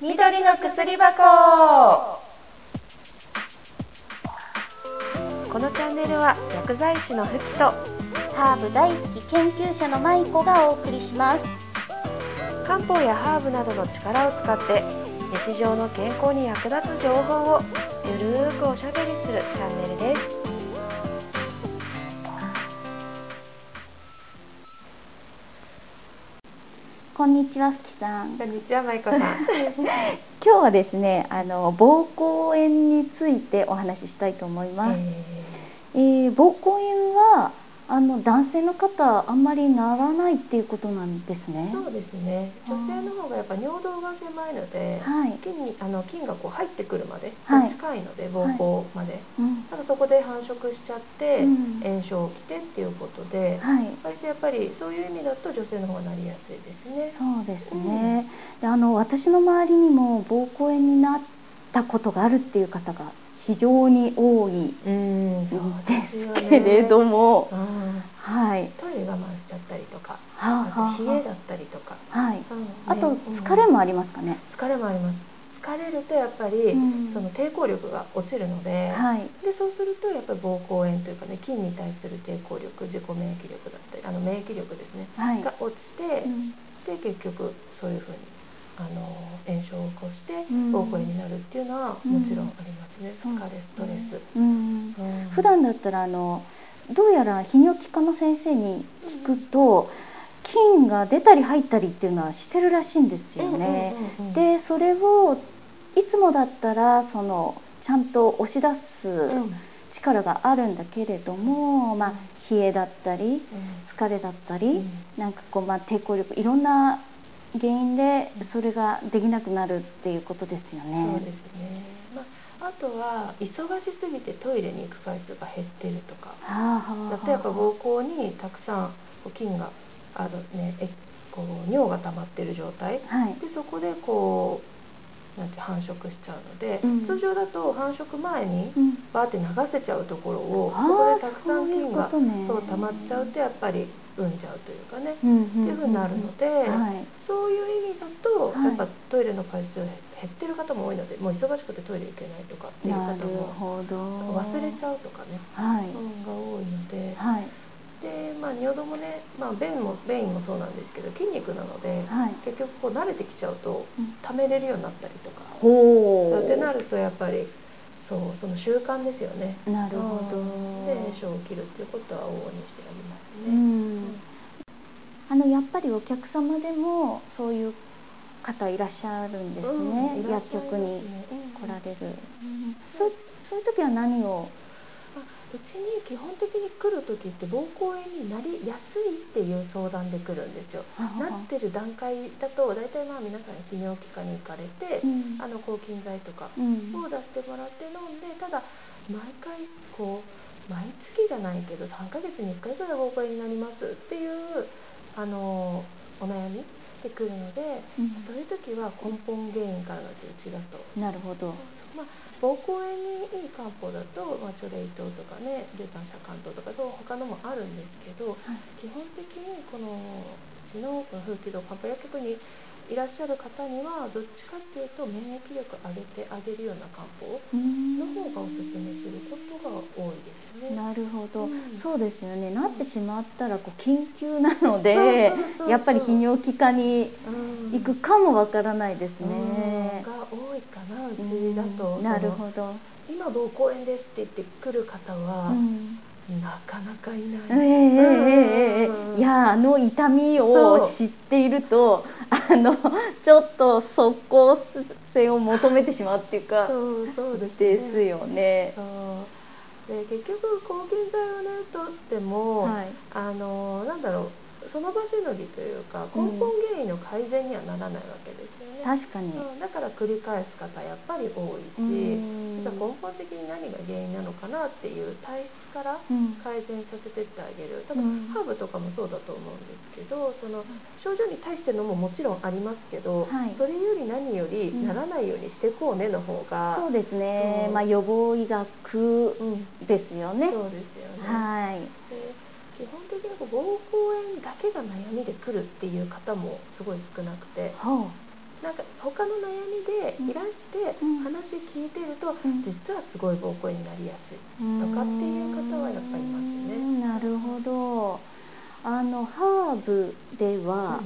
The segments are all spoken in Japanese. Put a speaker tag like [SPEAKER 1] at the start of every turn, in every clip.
[SPEAKER 1] 緑の薬箱このチャンネルは薬剤師のふきと
[SPEAKER 2] ハーブ大好き研究者の舞子がお送りします
[SPEAKER 1] 漢方やハーブなどの力を使って日常の健康に役立つ情報をゆるーくおしゃべりするチャンネルです
[SPEAKER 2] こんにちはふきさん
[SPEAKER 1] こんにちは舞 子さん
[SPEAKER 2] 今日はですねあの膀胱炎についてお話ししたいと思います、えー膀胱炎はあの男性の方あんまりならないっていうことなんですね
[SPEAKER 1] そうですね女性の方がやっぱ尿道が狭いので
[SPEAKER 2] はい、
[SPEAKER 1] 菌にあの菌がこう入ってくるまで
[SPEAKER 2] はい
[SPEAKER 1] 近いので膀胱まで、
[SPEAKER 2] うん
[SPEAKER 1] ただそこで繁殖しちゃって、
[SPEAKER 2] うん
[SPEAKER 1] 炎症起きてっていうことで、
[SPEAKER 2] はい
[SPEAKER 1] 割とやっぱりそういう意味だと女性の方がなりやすいですね。
[SPEAKER 2] そうですね、
[SPEAKER 1] うん
[SPEAKER 2] であの私の周りにも膀胱炎になったことがあるっていう方が非常に多い
[SPEAKER 1] う ん
[SPEAKER 2] ですけれども、
[SPEAKER 1] うん
[SPEAKER 2] はい、
[SPEAKER 1] トイレ我慢しちゃったりとか、
[SPEAKER 2] はあは
[SPEAKER 1] あ
[SPEAKER 2] あ
[SPEAKER 1] と冷えだったりとか、
[SPEAKER 2] はい、
[SPEAKER 1] うんね
[SPEAKER 2] あと
[SPEAKER 1] うん
[SPEAKER 2] 疲れもありますかね、
[SPEAKER 1] 疲れもあります。疲れるとやっぱり、
[SPEAKER 2] うん
[SPEAKER 1] その抵抗力が落ちるので、
[SPEAKER 2] はい、
[SPEAKER 1] でそうするとやっぱり膀胱炎というかね菌に対する抵抗力自己免疫力だったりあの免疫力ですね、
[SPEAKER 2] はい、
[SPEAKER 1] が落ちて、
[SPEAKER 2] うん
[SPEAKER 1] で結局そういうふうにあの炎症を起こして
[SPEAKER 2] うん
[SPEAKER 1] 膀胱炎になるっていうのは
[SPEAKER 2] うん
[SPEAKER 1] もちろんありますね、
[SPEAKER 2] そう
[SPEAKER 1] 疲れストレス、
[SPEAKER 2] うん、
[SPEAKER 1] うん
[SPEAKER 2] 普段だったらあのどうやら泌尿器科の先生に聞くと菌が出たり入ったりっていうのはしてるらしいんですよね。
[SPEAKER 1] うんうんうんうん
[SPEAKER 2] でそれをいつもだったらそのちゃんと押し出
[SPEAKER 1] うん
[SPEAKER 2] す力があるんだけれども、まあ、冷えだったり疲れだったり、
[SPEAKER 1] うん
[SPEAKER 2] なんかこう、まあ、抵抗力いろんな原因でそれができなくなるっていうことですよ
[SPEAKER 1] うんそう
[SPEAKER 2] ね
[SPEAKER 1] です。ね、まあ、あとは忙しすぎてトイレに行く回数が減ってるとか
[SPEAKER 2] はあはあはあ
[SPEAKER 1] だとやっぱ膀胱にたくさんこう菌があのねえこう尿が溜まってる状態
[SPEAKER 2] はい
[SPEAKER 1] でそこでこうなんて繁殖しちゃうので、
[SPEAKER 2] うん
[SPEAKER 1] 通常だと繁殖前に
[SPEAKER 2] うん
[SPEAKER 1] バーって流せちゃうところを
[SPEAKER 2] あー
[SPEAKER 1] そこでたくさ
[SPEAKER 2] そ
[SPEAKER 1] ん
[SPEAKER 2] ういう
[SPEAKER 1] 菌
[SPEAKER 2] こ
[SPEAKER 1] が
[SPEAKER 2] とね
[SPEAKER 1] そう溜まっちゃうとやっぱり産んじゃうというかね、
[SPEAKER 2] うん
[SPEAKER 1] っていうふうになるので、
[SPEAKER 2] はい
[SPEAKER 1] そういう意味だと、
[SPEAKER 2] はい
[SPEAKER 1] やっぱトイレの回数減ってる方も多いのでもう忙しくてトイレ行けないとかっていう
[SPEAKER 2] な
[SPEAKER 1] 方
[SPEAKER 2] る
[SPEAKER 1] も
[SPEAKER 2] ほど
[SPEAKER 1] 忘れちゃうとかね、
[SPEAKER 2] はい
[SPEAKER 1] うんが多いので。
[SPEAKER 2] はい
[SPEAKER 1] でまあ、尿道もね、まあ、便も便意もそうなんですけど筋肉なので、
[SPEAKER 2] はい
[SPEAKER 1] 結局こう慣れてきちゃうと
[SPEAKER 2] うん
[SPEAKER 1] 溜めれるようになったりとか
[SPEAKER 2] ほ
[SPEAKER 1] そう
[SPEAKER 2] う
[SPEAKER 1] ってなるとやっぱりそうその習慣ですよね
[SPEAKER 2] なるほど
[SPEAKER 1] うんで炎症を切るっていうことは往々にしてあります
[SPEAKER 2] う
[SPEAKER 1] ね、
[SPEAKER 2] んあのやっぱりお客様でもそういう方いらっしゃるんですね、
[SPEAKER 1] うんいらっし
[SPEAKER 2] 薬
[SPEAKER 1] ゃいますね
[SPEAKER 2] 局に
[SPEAKER 1] う
[SPEAKER 2] 来
[SPEAKER 1] ん
[SPEAKER 2] られる、そうそういう時は何を
[SPEAKER 1] あうちに基本的に来る時って膀胱炎になりやすいっていう相談で来るんですよ
[SPEAKER 2] ははは
[SPEAKER 1] なってる段階だと大体まあ皆さん泌尿器科に行かれて、
[SPEAKER 2] うん
[SPEAKER 1] あの抗菌剤とか
[SPEAKER 2] うん
[SPEAKER 1] を出してもらって飲んでただ毎回こう毎月じゃないけど3ヶ月に1回ぐらい膀胱炎になりますっていうあのお悩みってくるので
[SPEAKER 2] うん
[SPEAKER 1] そういう時は根本原因からなんですようちだと。
[SPEAKER 2] なるほど
[SPEAKER 1] まあ、膀胱炎にいい漢方だと、まあ、チョレイ糖とかね硫酸シャカン糖とかそう他のもあるんですけど、基本的にこのうちのこの風紀堂漢方薬局にいらっしゃる方にはどっちかっていうと免疫力上げてあげるような漢方
[SPEAKER 2] うん
[SPEAKER 1] の方がおすすめすることが多いですね。
[SPEAKER 2] なるほど、
[SPEAKER 1] うん
[SPEAKER 2] そうですよねなってしまったらこう緊急なので
[SPEAKER 1] そうそうそうそう
[SPEAKER 2] やっぱり泌尿器科に
[SPEAKER 1] うん
[SPEAKER 2] 行くかもわからないです
[SPEAKER 1] うん
[SPEAKER 2] ね、
[SPEAKER 1] が多いかなうち
[SPEAKER 2] うん
[SPEAKER 1] だと、
[SPEAKER 2] なるほど、
[SPEAKER 1] その今膀胱炎ですって言ってくる方は、
[SPEAKER 2] うん
[SPEAKER 1] なかなかいない。
[SPEAKER 2] えええええ
[SPEAKER 1] うんうんうん
[SPEAKER 2] えいやあの痛みを知っているとあのちょっと即効性を求めてしまうっていうか
[SPEAKER 1] そうそうです,、ね、
[SPEAKER 2] ですよね。
[SPEAKER 1] そうで結局抗菌剤をね取っても、
[SPEAKER 2] はい
[SPEAKER 1] あのなんだろうその場しのぎというか根本原因の改善にはならないわけですよね。
[SPEAKER 2] 確かに、
[SPEAKER 1] うんだから繰り返す方やっぱり多いし、
[SPEAKER 2] うん
[SPEAKER 1] だから根本的に何が原因なのかなっていう体質から
[SPEAKER 2] うん
[SPEAKER 1] 改善させてってあげる多
[SPEAKER 2] うん
[SPEAKER 1] 分ハーブとかもそうだと思うんですけどその症状に対してのももちろんありますけど、
[SPEAKER 2] はい
[SPEAKER 1] それより何より
[SPEAKER 2] うん
[SPEAKER 1] ならないようにしてこうねの方が、
[SPEAKER 2] そうですね、
[SPEAKER 1] うん
[SPEAKER 2] まあ予防医学
[SPEAKER 1] うん
[SPEAKER 2] ですよね。
[SPEAKER 1] そうですよね、
[SPEAKER 2] はい
[SPEAKER 1] で基本的にこう膀胱炎だけが悩みで来るっていう方もすごい少なくて
[SPEAKER 2] ほう
[SPEAKER 1] なんか他の悩みでいらして
[SPEAKER 2] うん
[SPEAKER 1] 話聞いてると、
[SPEAKER 2] ん
[SPEAKER 1] 実はすごい膀胱炎になりやすいとかっていう方はやっぱり
[SPEAKER 2] う
[SPEAKER 1] いますね。
[SPEAKER 2] んなるほど。あのハーブでは、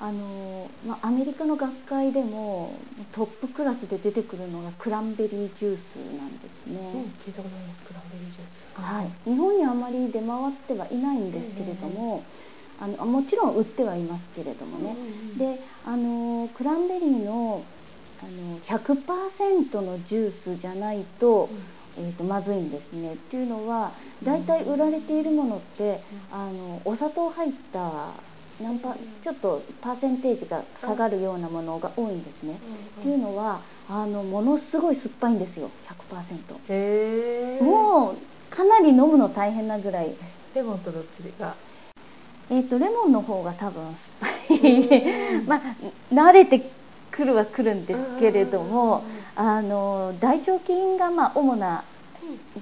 [SPEAKER 2] あのまあアメリカの学会でもトップクラスで出てくるのがクランベリージュースなんですね。
[SPEAKER 1] うん、聞いたことないですクランベリージュース。
[SPEAKER 2] はい、日本にあまり出回ってはいないんですけれども、あのもちろん売ってはいますけれどもね、
[SPEAKER 1] うん
[SPEAKER 2] であのクランベリーのあの100%のジュースじゃないと,、えーとまずいんですねっていうのは大体売られているものって、あのお砂糖入った何パちょっとパーセンテージが下がるようなものが多いんですね。っていう
[SPEAKER 1] を。
[SPEAKER 2] のはあのものすごい酸っぱいんですよ100%。
[SPEAKER 1] へえ。
[SPEAKER 2] もうかなり飲むの大変なぐらい、
[SPEAKER 1] レモンとどっちが。
[SPEAKER 2] えー、とレモンの方が多分酸っぱ
[SPEAKER 1] う
[SPEAKER 2] い
[SPEAKER 1] ん
[SPEAKER 2] まあ慣れてくるはくるんですけれどもあの大腸菌がまあ主な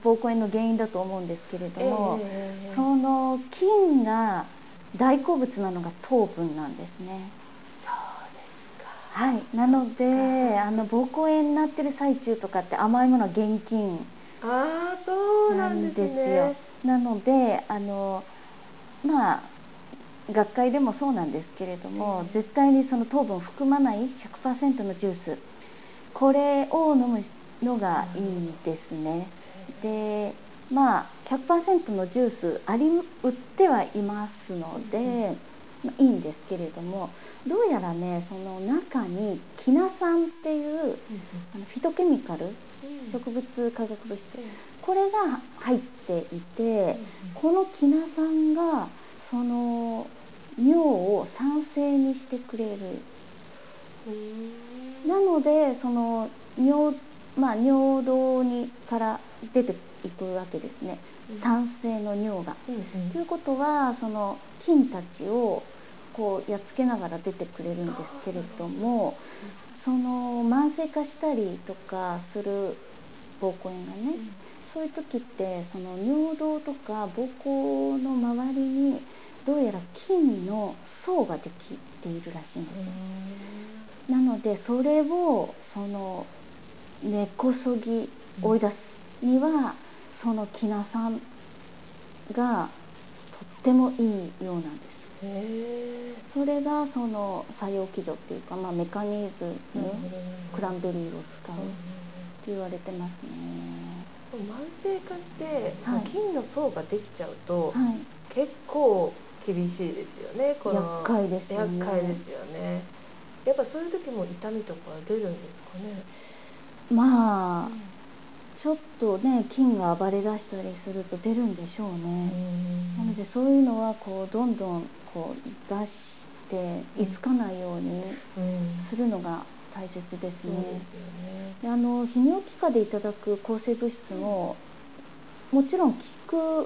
[SPEAKER 2] 膀胱炎の原因だと思うんですけれども、
[SPEAKER 1] ええ
[SPEAKER 2] その菌が大好物なのが糖分なんですね。はい、なのであの膀胱炎になってる最中とかって甘いものは現金
[SPEAKER 1] ああそうなんですね。
[SPEAKER 2] なのであのまあ学会でもそうなんですけれども、
[SPEAKER 1] うん
[SPEAKER 2] 絶対にその糖分を含まない100%のジュースこれを飲むのがいいですね、でまあ100%のジュースあり売ってはいますので、まあいいんですけれどもどうやらねその中にキナ酸っていうあのフィトケミカル
[SPEAKER 1] うん
[SPEAKER 2] 植物化学物質これが入っていて、
[SPEAKER 1] ん
[SPEAKER 2] このキナ酸がその尿を酸性にしてくれる
[SPEAKER 1] うん
[SPEAKER 2] なのでその尿,、まあ、尿道にから出ていくわけですね
[SPEAKER 1] うん
[SPEAKER 2] 酸性の尿が。
[SPEAKER 1] うんうん
[SPEAKER 2] ということはその菌たちをこうやっつけながら出てくれるんですけれどもその慢性化したりとかする膀胱炎がね、そういう時ってその尿道とか膀胱の周りにどうやら菌の層ができているらしいんですよ、なのでそれをその根こそぎ追い出すにはそのキナ酸がとってもいいようなんです
[SPEAKER 1] へえ
[SPEAKER 2] それがその作用基準っていうか、まあ、メカニズム
[SPEAKER 1] なるほどなるほど
[SPEAKER 2] クランベリーを使う
[SPEAKER 1] うんうんう
[SPEAKER 2] っ
[SPEAKER 1] ん
[SPEAKER 2] て言われてますね、
[SPEAKER 1] 慢性化して、まあ
[SPEAKER 2] はい
[SPEAKER 1] 菌の層ができちゃうと、
[SPEAKER 2] はい
[SPEAKER 1] 結構厳しいですよねこの
[SPEAKER 2] 厄介ですよね
[SPEAKER 1] 厄介ですよねやっぱそういう時も痛みとか出るんですかね
[SPEAKER 2] まあちょっとね菌が暴れ出したりすると出るんでしょう
[SPEAKER 1] う
[SPEAKER 2] ね、
[SPEAKER 1] ん
[SPEAKER 2] なのでそういうのはこうどんどんこう出していつかないように
[SPEAKER 1] うん
[SPEAKER 2] するのが大切です
[SPEAKER 1] そう
[SPEAKER 2] ね、
[SPEAKER 1] ですよね
[SPEAKER 2] であの泌尿器科でいただく抗生物質ももちろん効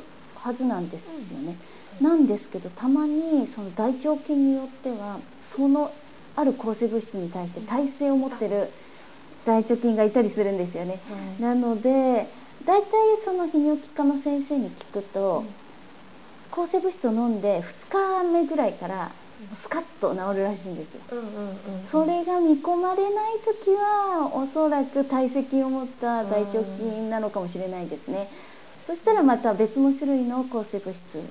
[SPEAKER 2] くはずなんですよね、
[SPEAKER 1] うん
[SPEAKER 2] なんですけどたまにその大腸菌によってはそのある抗生物質に対して耐性を持ってる大腸菌がいたりするんですよね、
[SPEAKER 1] はい
[SPEAKER 2] なので大体その泌尿器科の先生に聞くと、抗生物質を飲んで2日目ぐらいからスカッと治るらしいんですよ
[SPEAKER 1] うんうんうん
[SPEAKER 2] それが見込まれない時はおそらく体積を持った大腸菌なのかもしれないですねそしたらまた別の種類の抗生物質っ
[SPEAKER 1] そう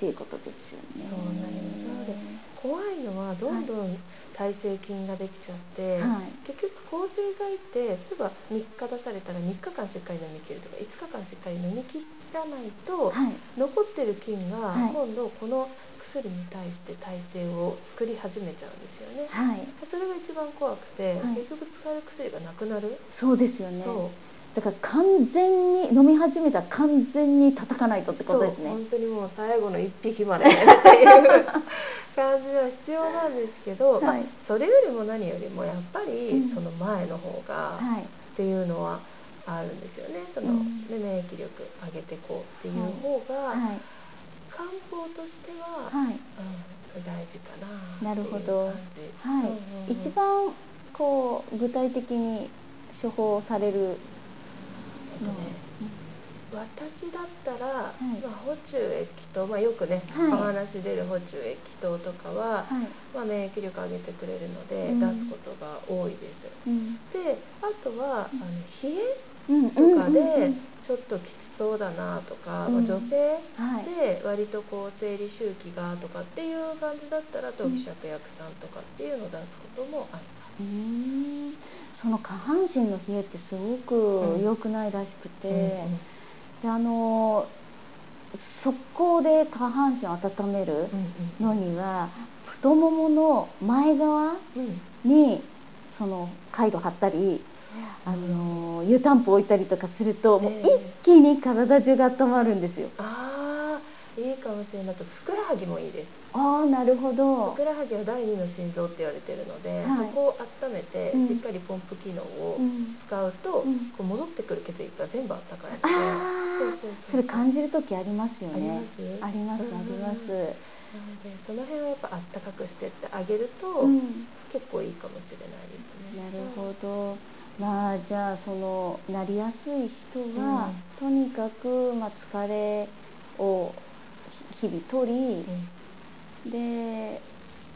[SPEAKER 2] ていうことですよね
[SPEAKER 1] そうなりますなので怖いのはどんどん耐性菌ができちゃって、
[SPEAKER 2] はい
[SPEAKER 1] 結局抗生剤って例えば3日出されたら3日間しっかり飲み切るとか5日間しっかり飲み切らないと、
[SPEAKER 2] はい
[SPEAKER 1] 残ってる菌が
[SPEAKER 2] はい
[SPEAKER 1] 今度この薬に対して耐性を作り始めちゃうんですよね、
[SPEAKER 2] はい
[SPEAKER 1] それが一番怖くて、
[SPEAKER 2] はい
[SPEAKER 1] 結局使う薬がなくなる、
[SPEAKER 2] そうですよね
[SPEAKER 1] そう
[SPEAKER 2] だから完全に飲み始めたら完全に叩かないとってことです
[SPEAKER 1] そう
[SPEAKER 2] ね
[SPEAKER 1] 本当にもう最後の一匹まで っていう感じは必要なんですけど、
[SPEAKER 2] はい
[SPEAKER 1] まあそれよりも何よりもやっぱ
[SPEAKER 2] うん
[SPEAKER 1] りその前の方が
[SPEAKER 2] はい
[SPEAKER 1] っていうのはあるんですよねその、
[SPEAKER 2] うん
[SPEAKER 1] ね免疫力上げてこうっていう方が、
[SPEAKER 2] はい
[SPEAKER 1] 漢方としては、
[SPEAKER 2] はい
[SPEAKER 1] うん、大事かな
[SPEAKER 2] な
[SPEAKER 1] って
[SPEAKER 2] る
[SPEAKER 1] いう
[SPEAKER 2] ほ
[SPEAKER 1] 感じ
[SPEAKER 2] ど。はい、
[SPEAKER 1] うんうんうん
[SPEAKER 2] 一番こう具体的に処方される
[SPEAKER 1] えっとね
[SPEAKER 2] うん
[SPEAKER 1] 私だったら、
[SPEAKER 2] い
[SPEAKER 1] まあ、補充液糖、まあ、よくね、
[SPEAKER 2] はい
[SPEAKER 1] お話出る補充液糖とかは、
[SPEAKER 2] はい
[SPEAKER 1] まあ、免疫力上げてくれるので、
[SPEAKER 2] うん
[SPEAKER 1] 出すことが多いです。
[SPEAKER 2] うん
[SPEAKER 1] であとは、
[SPEAKER 2] うん
[SPEAKER 1] あの冷え
[SPEAKER 2] うん
[SPEAKER 1] とかで、
[SPEAKER 2] うんうんうん
[SPEAKER 1] ちょっときつそうだなとか、
[SPEAKER 2] うん
[SPEAKER 1] まあ、女性
[SPEAKER 2] はい
[SPEAKER 1] で割とこう生理周期がとかっていう感じだったら当
[SPEAKER 2] ん
[SPEAKER 1] 期芍薬さんとかっていうのを出すこともあります。
[SPEAKER 2] うーんその下半身の冷えってすごく良くないらしくて、
[SPEAKER 1] うんうん
[SPEAKER 2] であの速攻で下半身を温めるのには太ももの前側
[SPEAKER 1] うん
[SPEAKER 2] にその回路貼ったりあの湯たんぽ置いたりとかするともう
[SPEAKER 1] ええ
[SPEAKER 2] 一気に体中が温まるんですよ。
[SPEAKER 1] あーいいかもしれないあとふくらはぎもいいです
[SPEAKER 2] ああなるほ
[SPEAKER 1] ふ
[SPEAKER 2] ど
[SPEAKER 1] く。らはぎは第二の心臓って言われてるので、
[SPEAKER 2] はい
[SPEAKER 1] そこを温めて
[SPEAKER 2] うん
[SPEAKER 1] しっかりポンプ機能を
[SPEAKER 2] うん
[SPEAKER 1] 使うと、
[SPEAKER 2] うん
[SPEAKER 1] こう戻ってくる血液が全部あったかいので
[SPEAKER 2] ああ
[SPEAKER 1] そう
[SPEAKER 2] それ感じる時ありますよね。
[SPEAKER 1] あ
[SPEAKER 2] あ
[SPEAKER 1] り
[SPEAKER 2] り
[SPEAKER 1] ま
[SPEAKER 2] ますすあります。
[SPEAKER 1] うんなのでその辺はやっぱあったかくしてってあげると、
[SPEAKER 2] うん
[SPEAKER 1] 結構いいかもしれないですね
[SPEAKER 2] なるほど。まあじゃあそのなりやすい人は、とにかくまあ疲れを日々取り、
[SPEAKER 1] うん
[SPEAKER 2] で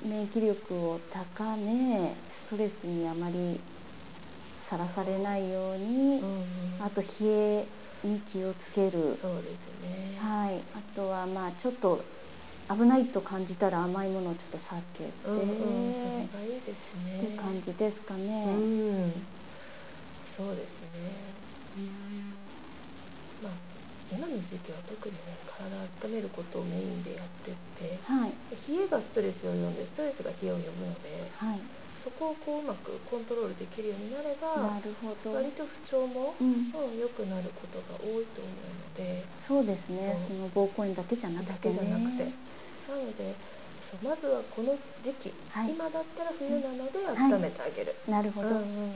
[SPEAKER 2] 免疫力を高めストレスにあまりさらされないように、
[SPEAKER 1] うんうん
[SPEAKER 2] あと冷えに気をつける、
[SPEAKER 1] そうですね
[SPEAKER 2] はい、あとはまあちょっと危ないと感じたら甘いものをちょっと避けて、
[SPEAKER 1] うんうん、
[SPEAKER 2] っ
[SPEAKER 1] それがいいです
[SPEAKER 2] て
[SPEAKER 1] ね
[SPEAKER 2] 感じですかね。
[SPEAKER 1] うんそうですね
[SPEAKER 2] うん
[SPEAKER 1] まあ今の時期は特にね体を温めることをメインでやってって
[SPEAKER 2] はい、
[SPEAKER 1] 冷えがストレスを呼んでストレスが冷えを呼ぶので
[SPEAKER 2] はい、
[SPEAKER 1] そこをこううまくコントロールできるようになれ
[SPEAKER 2] な
[SPEAKER 1] ば
[SPEAKER 2] るほど。
[SPEAKER 1] 割と不調も、
[SPEAKER 2] う
[SPEAKER 1] うんん、良くなることが多いと思うので
[SPEAKER 2] そうですね。
[SPEAKER 1] そ
[SPEAKER 2] そうの膀胱炎だけじゃなく
[SPEAKER 1] だ
[SPEAKER 2] て
[SPEAKER 1] け
[SPEAKER 2] ね。
[SPEAKER 1] じゃなくて、なのでそうまずはこの時期、
[SPEAKER 2] はい
[SPEAKER 1] 今だったら冬なので
[SPEAKER 2] はい
[SPEAKER 1] 温めてあげる、
[SPEAKER 2] なるほど。
[SPEAKER 1] うんうん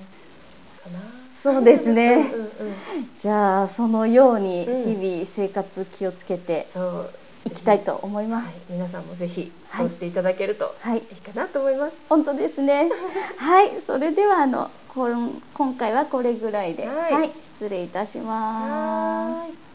[SPEAKER 1] かな
[SPEAKER 2] そうですね
[SPEAKER 1] うんうんうん
[SPEAKER 2] じゃあそのように日
[SPEAKER 1] うん
[SPEAKER 2] 々生活気をつけて
[SPEAKER 1] そう
[SPEAKER 2] いきたいと思います。
[SPEAKER 1] はい、皆さんもぜひ
[SPEAKER 2] はい
[SPEAKER 1] そうしていただけると
[SPEAKER 2] はい、
[SPEAKER 1] いいかなと思います。
[SPEAKER 2] 本当ですね。はい、それではあのこん今回はこれぐらいで、
[SPEAKER 1] はい
[SPEAKER 2] はい、失礼いたします。
[SPEAKER 1] ーい